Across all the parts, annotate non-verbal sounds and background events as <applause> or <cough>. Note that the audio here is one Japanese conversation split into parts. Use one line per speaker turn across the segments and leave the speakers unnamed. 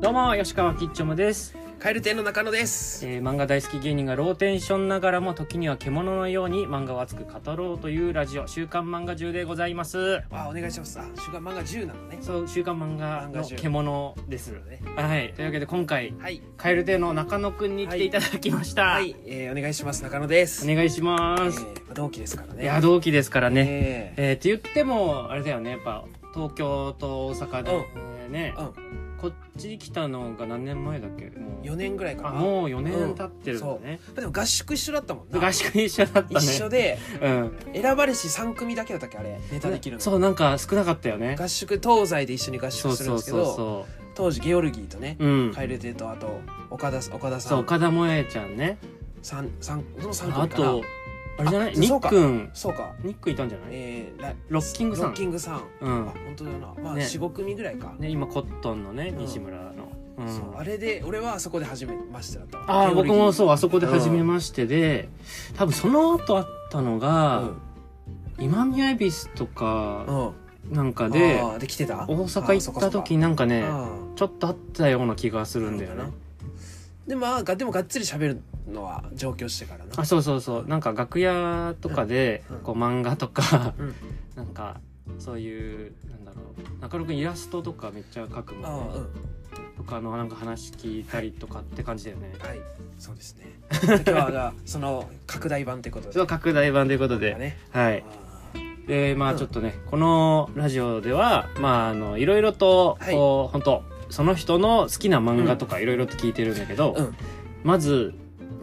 どうも吉川きっちょむです、
カエル亭の中野です。
えー漫画大好き芸人がローテンションながらも時には獣のように漫画を熱く語ろうというラジオ「週刊漫画中」でございます
あ、お願いします。あ、週刊漫画10なのね。
そう週刊漫画の獣です
ね。
はいというわけで今回
はい。
蛙亭の中野くんに来ていただきました、
はい、えーお願いします。中野です。
お願いし
え
ます、
ーまあ同期ですからね。
いや同期ですからね、
ねえ
えーって言ってもあれだよねやっぱ東京と大阪で、
うん
えーね、
う
こっち来たのが何年前だっけもう
ん、4年ぐらいか
あ
な。
もう4年経ってるんだね、
まあでも合宿一緒だったもんな。
合宿一緒だったね
一緒で、
うん
選ばれし3組だけだったっけあれ、ネタできるの。
そうなんか少なかったよね
合宿、東西で一緒に合
そ
宿
う
する
そ
んで
う
すけ
そう
ど、
そ
当時ゲオルギーとね
う、うん
カエル亭と、あと、岡田さん、岡田さ。
そうん岡田萌えちゃんね
三三その3
あ
組かな。
とあれじゃない
あ
ニッ
そうか
クン
そうか。
ニックンいたんじゃない
えー、ラ
ロッキングさん
ロッキングさん。
う
あ、
ん
本当だな。まあ、
ね
4、5組ぐらいか。
ね今コットンのね
うん
西村のうん
そうあれで俺はあそこで初めましてだったわ
ああ
テオ
僕
リー
もそうあそこで初めましてで多分その後あったの
うん
が今宮恵比寿と
う
か
ん
なんかで
あーできてた
大阪行った時
に
なんか
ね
ねちょっとあったような気がするんだよね
でまあがでもがっつり喋るのは上京してからな
あそうそうそうなんか楽屋とかで
うん
こう漫画とか
うん
なんかそういうなんだろう中野くんイラストとかめっちゃ描く
あ
も
ーうん
ねとかのなんか話聞いたりとかって感じだよね
はいそうで
<laughs>
すね今日はじゃあその拡大版ってこと
そ
で
う拡大版ということで
ね
はい
あ
でまあ
うん
ちょっとね、このラジオではまああのいろいろと、
はい
こう本当その人の好きな漫画とかいろいろと聞いてるんだけど、
ーうん
まず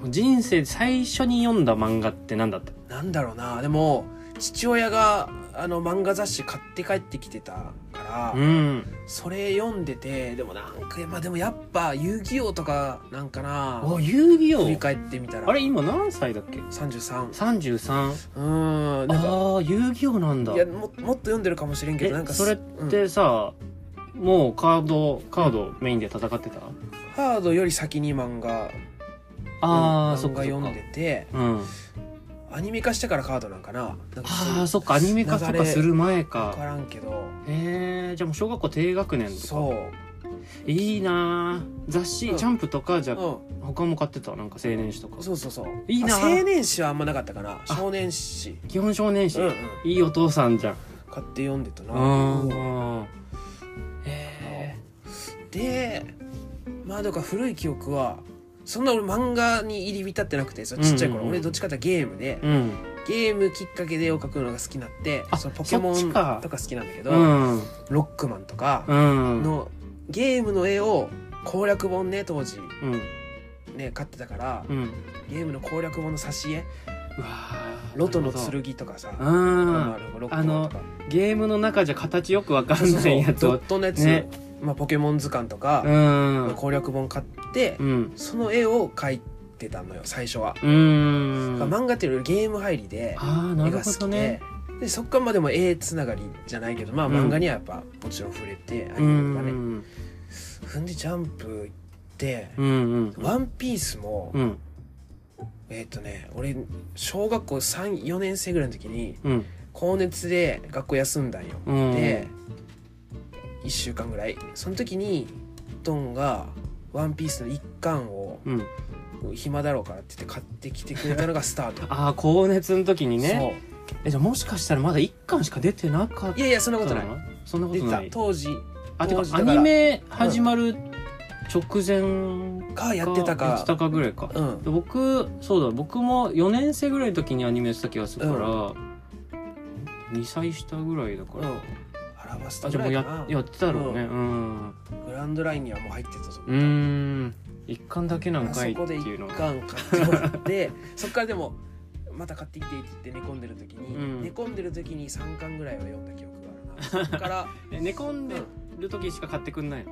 人生で最初に読んだ漫画って何だった
なんだろうなでも父親があの漫画雑誌買って帰ってきてたから
うん
それ読んでてでもなんかまあでもやっぱ遊戯王とかなんかな
お遊戯
振り
王
返ってみたら
あれ今何歳だっけ
33
33
うーん
ああ
なんか
ー遊戯王なんだ
いやももっと読んでるかもしれんけ
え
どなんかす
それっ
うん
てさ、もうカードカードメインで戦ってた、
ハードより先に漫画
ああ
うん
そっ
漫
か
画
そ
読
っ
ん
か
でて
うん、
アニメ化してからカードなんかななんかそう
ああそっかアニメ化と
流
か
れ
する前
わ
か
からんけど
へえじゃあもう小学校低学年とか
そう
いいなー雑誌、
うん
ジャンプとかじゃ、
うん
他も買ってたなんか青年誌とか
そうそうそう
いいな
あ青年誌はあんまなかったかな
あ
少年誌
基本少年誌、
うんうん
いいお父さんじゃん
買って読んでたな
あーへ
でまあだから古い記憶はそんな俺漫画に入り浸ってなくてそのちっちゃい頃、
うんうんうん
俺どっちかっていうとゲームで
えうん
ゲームきっかけで絵を描くのが好きになって
あ
そのポケモ
そっ
ン
ちか
とか好きなんだけど、
うん
ロックマンとか
うん
のゲームの絵を攻略本ね当時
うん
ね買ってたから
うん
ゲームの攻略本の挿絵
うわー
ロトの
なる
剣とかさ
ほどうん
あるロックマンとか
ゲームの中じゃ形よくわか
そうんそう
ないやつ
ド
を
ットのやつ、
ね
まあ、ポケモン図鑑とか
う、ん
攻略本買って、
うん
その絵を描いてたのよ最初は、
うん
まあ漫画っていうよりゲーム入りで
ああな
絵
る
が
ほ
好きで,、
どね
でそっからまあでも絵つながりじゃないけどまあ漫画にはやっぱもちろん触れてア
う
ニメとかね
ん
踏んでジャンプ行って
うんうん
「ワンピースも、
うん
えっ、とね俺小学校34年生ぐらいの時に
うん
高熱で学校休んだんよ、
うん
で1週間ぐらいその時にドンが「ワンピースの一巻を
うん
暇だろうからって言って買ってきてくれたのがスター
<laughs>
ト
ああ高熱の時にね
そ
えじゃあもしかしたらまだ一巻しか出てなかっ
ういやいやそんな
た
ことない
そんなこ
出
と
て
な
た
い
当時
あてか
当時だ
ア
から
ニメ始まる直前
かやってたか
やってたかぐらいか
うん
で僕そうだ僕も4年生ぐらいの時にアニメやってた気がするから、2歳下ぐらいだか
う
ら、
んアラバスタ
あじ
ぐ
ゃあも
らいうか
や
な
やってたろうねうん
グランドラインにはもう入ってたと
う
思
ー
うん
一巻だけなん
あ
かい
そ
って
こで
い
一
うの
巻買ってもらってそっからでもまた買ってきてって寝込んでる時に、
うん
寝込んでる時に3巻ぐらいは読んだ記憶があるなそっから
え <laughs> 寝込んでる時しか買ってくんないの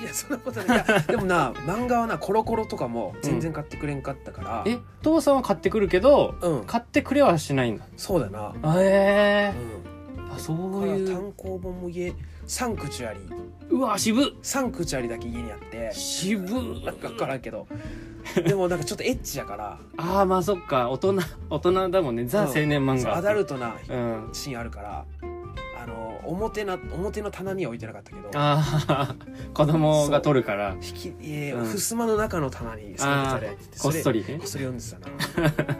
いやそんなことないいやでもな漫画はなコロコロとかも全然買ってくれんかったから、
え父さんは買ってくるけど
うん
買ってくれはしないんだ
そうだな
え
う
えあそ
ん
う
から
いう
単行本も家サンクチュアリ
うわ渋っ
サンクチュアリだけ家にあって
渋
なんか
っ
分からんけどでもなんかちょっとエッチだから
ああまあそっか大人大人だもんねザ
うん
青年漫
そう
画
アダルトな
うん
シーンあるからああの表な表の棚には置いてなかったけど
ああ <laughs> 子供が取るから
引き、えー
うん
襖の中の棚に
あ
されてて
こっそ
り
りね
こっそり読んでたな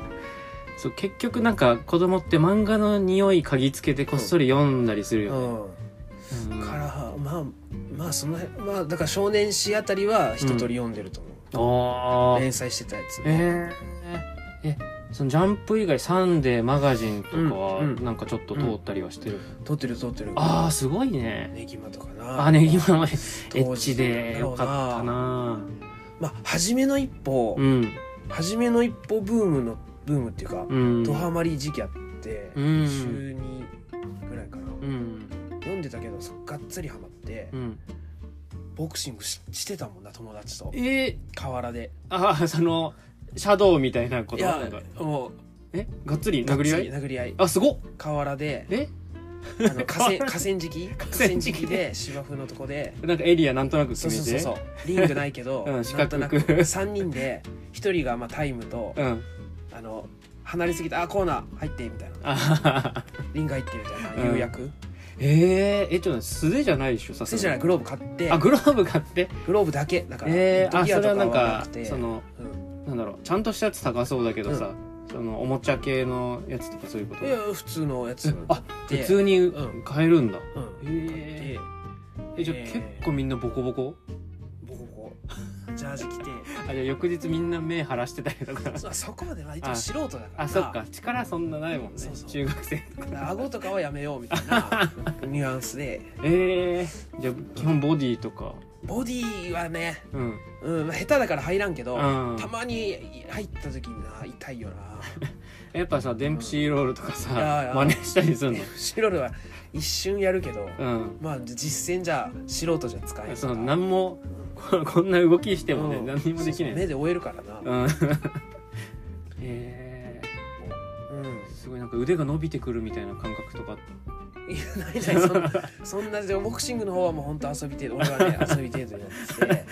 そう結局なんか子供って漫画の匂い嗅ぎつけてこっそり読んだりするよね、
うん
うん
からまあまあその辺まあだから少年誌あたりは一通り読んでると思う、
おー
連載してたやつ
えー、えそのジャンプ以外「サンデー」マガジンとか
うん
は
うん
なんかちょっと通ったりはしてる、
撮ってる撮ってる
ああすごいね
ネギマとかな
あね今のエ
当
ッ
時
チでよかったな
まあ初めの一歩、
うん
初めの一歩ブームのブームっていうか、
うん
ドハマり時期あって、
うん
週2ぐらいかな、
うん
読んでたけどがっつりハマって、
うん
ボクシングししてたもんな友達と
えー、
河原で
ああそのシャドウみたいなことなんか
もう
えがっつり殴り合い
殴り合い
あすごっ
河原で
え
あ
<laughs>
の河川河
河原
川敷河
川敷で
川敷で芝生のとこで
なんかエリアなんとなく決
そう
めて
そうそうそうリングないけど、
<laughs> うん
なん
四角く
となく3人で1人がまあタイムと、
うん
あの離れすぎて「あコーナー入って」みたいな
あははは
リング入ってみたいな
うん
釉薬
えー、えちょっと素手じゃないでしょさ
それじゃないグローブ買って
あグローブ買って
グローブだけだから
えー、
ニット
あ
ギア
それは
と
なん
かはな
か
くて
その
うん
なんだろうちゃんとしたやつ高そうだけどさ、そのおもちゃ系のやつとかそういうこと
いや普通のやつ
えあ
で
普通に
う
買えるんだ、
うん
へえじゃあ
えー
結構みんなボコボコ
ボコボコジャージ着て
あじゃあ翌日みんな目晴らしてたりとか
<laughs> そそこまでは一応素人だから
あそっか力そんなないもんね
そうそう
中学生
<laughs>
とか
な顎とかはやめようみたいなニュアンスで
えー、じゃあ基本ボディとか
ボディはね、
うん
うん、下手だから入らんけど
うん
たまに入った時にな痛いよな
やっぱさデンプシーロールとか
いやい
さ
や
真似したりするの
シロルは一瞬やるけど
うん
まあ実践じゃ素人じゃ使えない
その何もこ <laughs> こんな動きしてもね
うん
何にもできな
そうそう目
い
で追えるからな、
うん <laughs> え
うん
ー、すごいなんか腕が伸びてくるみたいな感覚とか
いやないないそんなそんなでもボクシングの方はもう本当遊び程度俺はね遊び程度になってて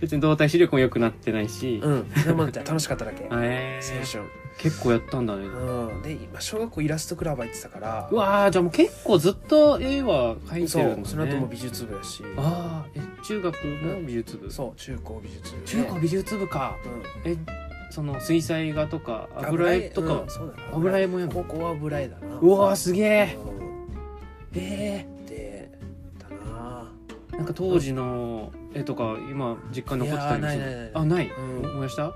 別に動体視力も良くなってないし、
うんでも楽しかっただけ青
えー、
春、
結構やったんだね、
うん、で今小学校イラストクラブ入ってたから
うわーじゃあもう結構ずっと絵は描い
そ
てる
うんそ
だ
の後も
ね
美術部だし
ああえ中学も美術部
そう中高美術部で
中華美術部か
うん
えその水彩画とか油絵とか
うんそうだな
油絵もやんの
高校は油絵だな
うわーすげえ
うん
え
でだな
ー、なんか当時の絵とか今実家に残ってたりもする
いやーないないない
あない、
うん
燃やした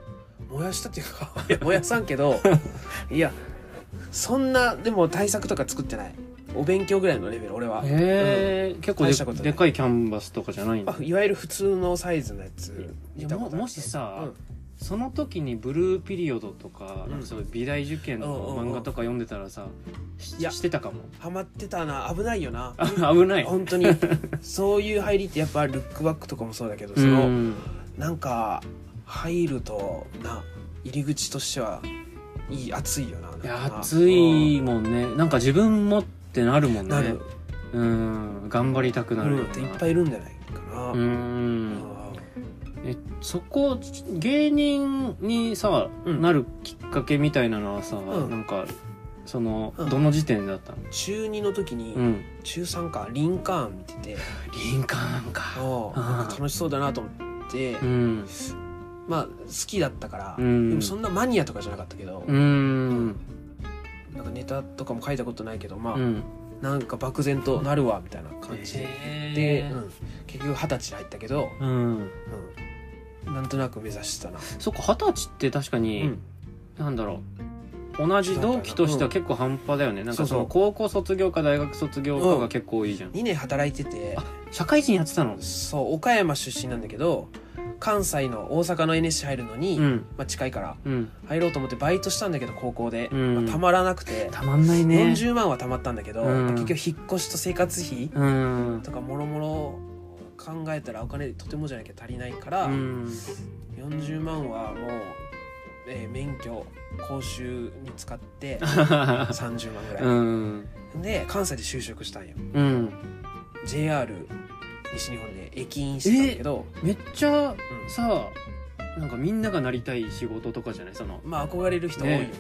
燃やしたっていうかいや燃やさんけどいやそんなでも対策とか作ってないお勉強ぐらいのレベル俺は
えー結構
大したこと
で
ない
でかいキャンバスとかじゃないんだ
あいわゆる普通のサイズのやつ
い
見
や
たこ
も
とある
もしさ、
うん
その時にブルーピリオドとか,、
うん
なんかそういう美大受験
うんうん
の
うん
漫画とか読んでたらさ、し
いや
してたかも
ハマってたな危ないよな
あ <laughs> 危ない
本当にそういう入りってやっぱルックバックとかもそうだけど
う
その、
ん
なんか入るとな入り口としてはいい熱いよななん
い
かな
や熱いもんねなんか自分もってなるも
うん
ん
な
ね
る、
うん頑張りたくなる
う
よ
んっていっ
な
ぱいいるんじゃないかな、
う
うん
んえそこ芸人にさ、
うん
なるきっかけみたいなのはさ、
うん
なんかその、
うん
どの時点だったの
中2の時に、
うん
中3かリンカーン見てて
リンカーンか
ああなんか楽しそうだなと思って、
うん
まあ好きだったから、
うん
でもそんなマニアとかじゃなかったけど、
うん
なんかネタとかも書いたことないけどまあ、
うん
なんか漠然となるわみたいな感じで、で、
へー
うん結局二十歳で入ったけど、
うん、
うん、なんとなく目指してたな、
そっか二十歳って確かに、
うん
なんだろう同じ同期としては結構半端だよね、なんかそ
そうそ
の
う
高校卒業か大学卒業か
うん
が結構多いじゃん、
2年働いてて
社会人やってたの
そう岡山出身なんだけど関西の大阪の NSC 入るのに、
うん
まあ、近いから
うん
入ろうと思ってバイトしたんだけど高校で、
うん
まあたまらなくて、
たまんないね
40万はたまったんだけど、
うん
結局引っ越しと生活費
うん
とかもろもろ考えたらお金とてもじゃなきゃ足りないから、
うん
40万はもう、えー免許講習に使って30万ぐらい、
<laughs> うん
で関西で就職したんよ
うん
JR 西日本で駅員してたんだけど、
めっちゃ
うん
さなんかみんながなりたい仕事とかじゃないその
まあ憧れる人多いよな、
ね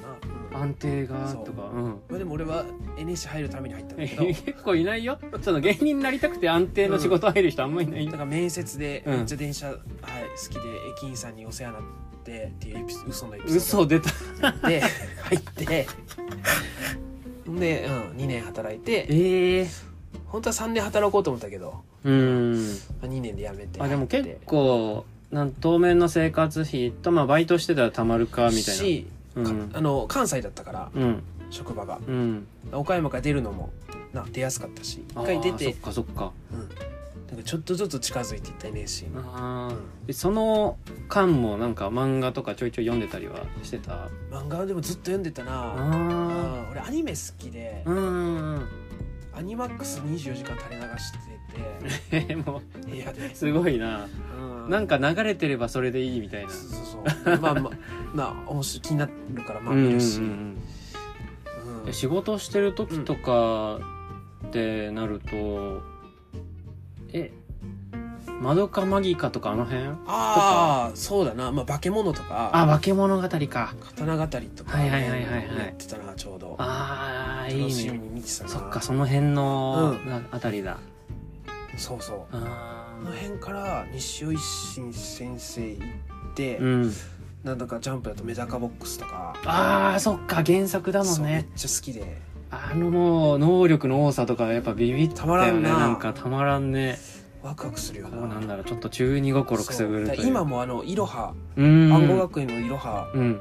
うん
安定が
そう
とか、うん、
まあでも俺は NSC 入るために入ったんだけど
結構いないよその芸人になりたくて安定の仕事入る人あんまいない
だ
よ、
から面接で
うん
めっちゃ電車、はい、好きで駅員さんにお世話になってっていうエピソ嘘のエピソ
嘘
ー
出た
ドで入ってで、うん、2年働いて
ええ
本当は3年働こうと思ったけど、
うん
まあ、2年で辞めて
あでも結構なん当面の生活費と、まあ、バイトしてたらたまるかみたい
し、
なう
か
ん
あの関西だったから
うん
職場が
うん
岡山から出るのもな出やすかったし
あー
一回出
そ
て
っかそっか
なんかちょっとずつ近づいていった NSC に、
あーでその間もなんか漫画とかちょいちょい読んでたりはしてた
漫画はでもずっと読んでたなあ
あ
ー俺アニメ好きで、
ーうん <laughs> うん
アニマックス24時間垂れ流
<laughs>
して
えーも
て部屋で
うすごいな
うん
なんか流れてればそれでいいみたいな
そうそうそうまあまあまあ面白い気になるからまあ見るし、
うんうんうんえ仕事してる時とかってなると、えマドカマギカとかあの辺
ああそうだな、まあ、化け物とか
あ化け物語か
刀語りとか、
はいはいはいはいはい
やってたなちょうど
あー
楽
い
し
いね
みに見てたな
そっかその辺の、
う
なあたりだ
そうそう
あ
この辺から西尾一心先生行って、
ーうん
なんだかジャンプだとメダカボックスとか
あーそっか原作だも
そ
ん
うめっ
ね
ちゃ好きで
あのもう能力の多さとかやっぱビビった
たまら
よね
んな
なんかたまらんね
ワクワクするよ
こうなんだろうちょっと中二心くすぐると
そ
い
うだ
う
から今もあのいろは
うん
暗号学園のいろは
うん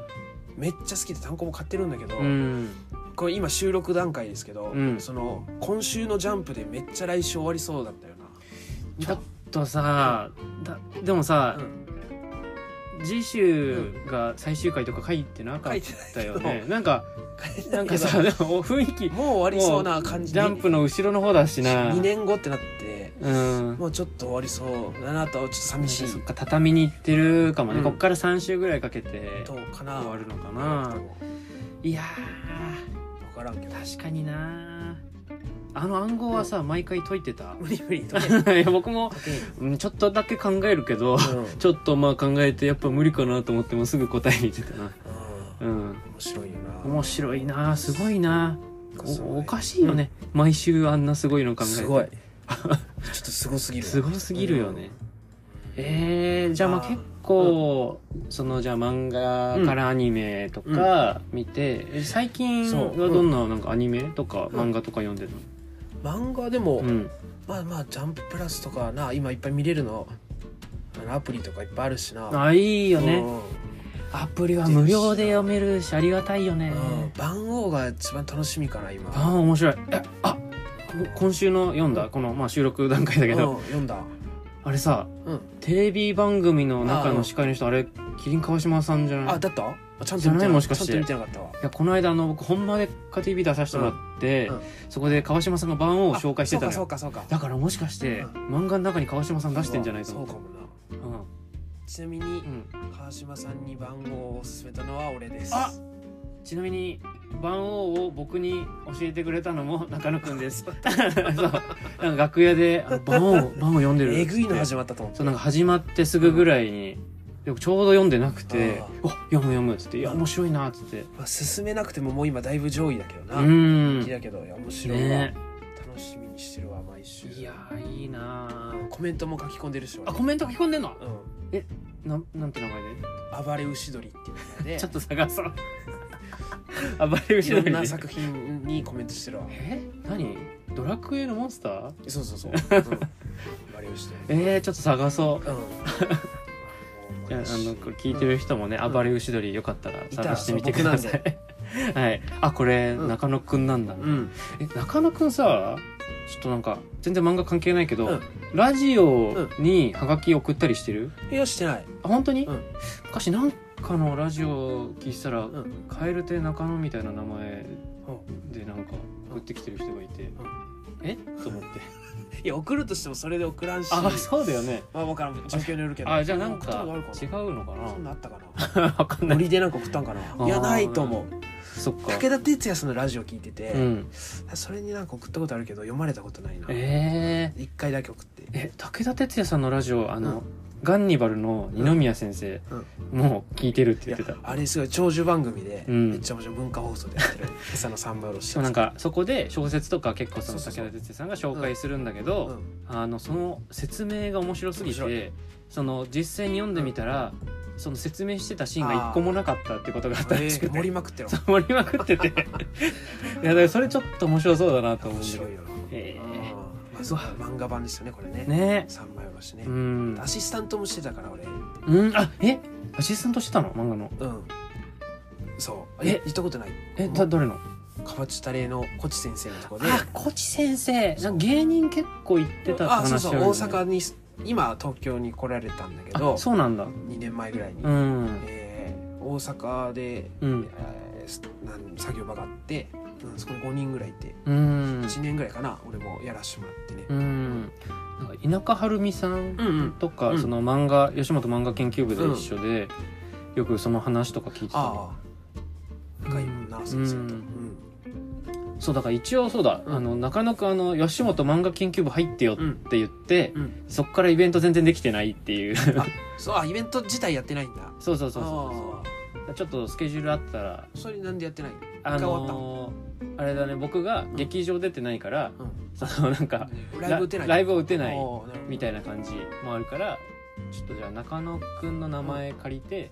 めっちゃ好きで単行も買ってるんだけど、
うん
これ今収録段階ですけど、
うん
その今週の「ジャンプ」でめっちゃ来週終わりそうだったよな
ちょっとさだでもさ、次週が最終回とか書いてなか
書
っ
いてない
た
け
よ
ど、
ねなんかなんかさ
書いてない
でも雰囲気
けどもう終わりそうな感じ
ジャンプの後ろの方だしな
2年後ってなって
うん
もうちょっと終わりそうだなとちょっと寂しい
そっか畳に行ってるかもね、
うん
こっから3週ぐらいかけて
どうかな
終わるのか
わ
な、いや
からんけど
ー確かになあの暗号はさ毎回解いてた
無理無理と
<laughs>
ね
いや僕もうんちょっとだけ考えるけど
うん
ちょっとまあ考えてやっぱ無理かなと思ってもすぐ答えに出てたな
うん
うん
面白いよな
面白いなすごいな
すご
おおかしいよね、毎週あんなすごいの考えて <laughs>
すごいちょっとすごすぎる
すごすぎるよね、えー、じゃあまあ
あー
結構そのじゃあ漫画からアニメとか見て、え最近
そう
は
うん
どんななんかアニメとか
うん
漫画とか読んでるの
漫画でも、
うん
まあまあ「ジャンププラス」とかな今いっぱい見れるのあのアプリとかいっぱいあるしな
あいいよ
う
ね
ん
アプリは無料で読めるしありがたいよね
うん番号が一番楽しみかな今
ああ面白いえあこ今週の読んだこの、まあ、収録段階だけど、
うん読んだ
あれさ
うん
テレビ番組の中の司会の人あれ麒麟川島さんじゃない
あだったあちゃん
じ
と見
ゃな
て
いもしかして
ちゃんと見てなかったわ
いやこの間あの僕「ほんまでっか TV」出させてもらって、
うんうん
そこで川島さんが番号を紹介してた
あ
の
そう
よ
かそうかそうか
だからもしかして、
う
漫画の中に川島さん出してんじゃないと
そ
思う
うかもな
うん
ちなみに
うん
川島さんに番号を勧めたのは俺です
あちなみに番号を僕に教えてくれたのも中野くんです <laughs> そうなんか楽屋であの
<laughs>
番号番号読んでる
えぐいの始まったと思って
そうなんか始まってすぐぐらいに、でもちょうど読んでなくて
あ
「お読む読む」っつって「いや面白いな」っつって
まあ進めなくてももう今だいぶ上位だけど
う
な人
ん
気
ね
だけどいや面白いわ、
え
楽しみにしてるわ毎週
いやーいいなー
コメントも書き込んでるし俺
あコメント書き込んでんの
う
なんなんて名前で
ん暴れ牛鳥っていう名前
<laughs>
で
ちょっと探そう暴れ
い
牛
ろ
鳥
んな作品にコメントしてるわ
え何ドラクエのモンスター
そうそう
<laughs>
そう、うん、暴れ牛鳥
えー、ちょっと探そう
うん。
じゃああのこれ <laughs> 聞いてる人もね、暴れ牛鳥よかったら探してみてください
い
<laughs> はいあこれ、
うん
中野くんなんだ、
うん。
え中野くんさちょっとなんか全然漫画関係ないけど、
うん
ラジオにハガキ送ったりしてる、
いや、してない。
あ本当に、
うん
昔なんかのラジオ聞いてたら、
ん。
蛙亭中野みたいな名前でなんか送ってきてる人がいて、えと思って
いや、送るとしてもそれで送らんし。
あそうだよね
まあ、わからん。状況によるけど。
あじゃあなん
送った
か
ことあるか
違うのか
なそん
な
なあった
<laughs>
かな。
分かんな
ノ
い
リでなんか送ったんかな。い
あ
や、
ー
ないと思う。
そっか
武田鉄矢さんのラジオ聞いてて、
うん
それになんか送ったことあるけど、読まれたことないな。
え
一回だけ送って。
ー、え武田鉄矢さんのラジオあの、ガンニバルの二宮先生、もう聞いてるって
い
言
や
ってた。
あれすごい長寿番組で、
うん
めっちゃ面白い文化放送でや
<laughs>
ってる朝の三番おろし
しかもなんかそこで小説とか結構その
そう
武
そうそ
田
う
鉄矢さんが紹介するんだけど、
うん
あのその説明が面白すぎ
面白
てその実際に読んでみたら、その説明してたシーンが一個もなかったってことがあった
え
らしく
ー
て、
盛りまくって
<laughs>
る
そう盛りまくっててい
<laughs>
やだからそれちょっと面白そうだなと思う
面
んだけど
白いよ、
え
まずは漫画版ですよねこれね
ーね
三枚おろしね
え、うん
アシスタントもしてたから俺う
うんあえアシスタントしてたの漫画の
んそう
え
え行ったことない
えだ誰の
かばちたれのコチ先生のとこで
あコチ先生なんか芸人結構行ってたって
あそう
話
そ
あ
う
る
大
よね
阪に今東京に来られたんだけ
あ
ど
そうなんだ
2年前ぐらいに、
うん
えー大阪で、
うん
えーすなん作業場があって、うん、そこに5人ぐらいいて
うん
1年ぐらいかな俺もやらしてもらってね
うんなんか田舎晴美さん
うんうん
とか、
うん
その漫画吉本漫画研究部で一緒で、よくその話とか聞いてたね
ああ仲いいもんな先生
う
と、うんん
そうだから一応そうだ、
うん
あのなかなかあの吉本漫画研究部入ってよ
うん
って言って、
うん
そっからイベント全然できてないっていう
あそうあイベント自体やってないんだ
<laughs> そうそうそう
あ
そうそうちょっとスケジュールあったら
あそれなんでやってないの
あ
一回終わった
のーあれだね僕が劇場出てないから、
う
そのなんか
んライブ打てない
ラライブを打てないみ
み
たいな感じもあるからちょっとじゃあ中野くんの名前借りて、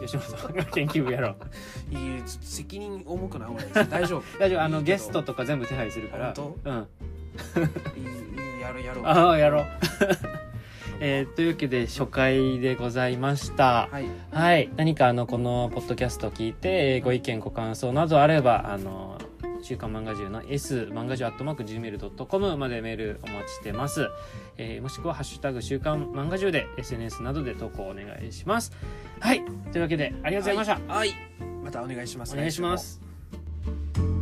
吉本漫画研究部やろう
いいえ責任重くない俺大丈夫
<laughs> 大丈夫あの
いいけ
ゲ
ど
ストとか全部手配するから
本
うん
いいいいやろうやろう
ああやろうえーというわけで初回でございました
はい
はい何かあのこのポッドキャストを聞いてえーご意見ご感想などあればあの週刊漫画中の S 漫画中アットマーク Gmail.com までメールお待ちしてます、えーもしくは「ハッシュタグ週刊漫画中で SNS などで投稿お願いしますはいというわけでありがとうございました、
はいはいまたお願いします
お願いしま
来週も
す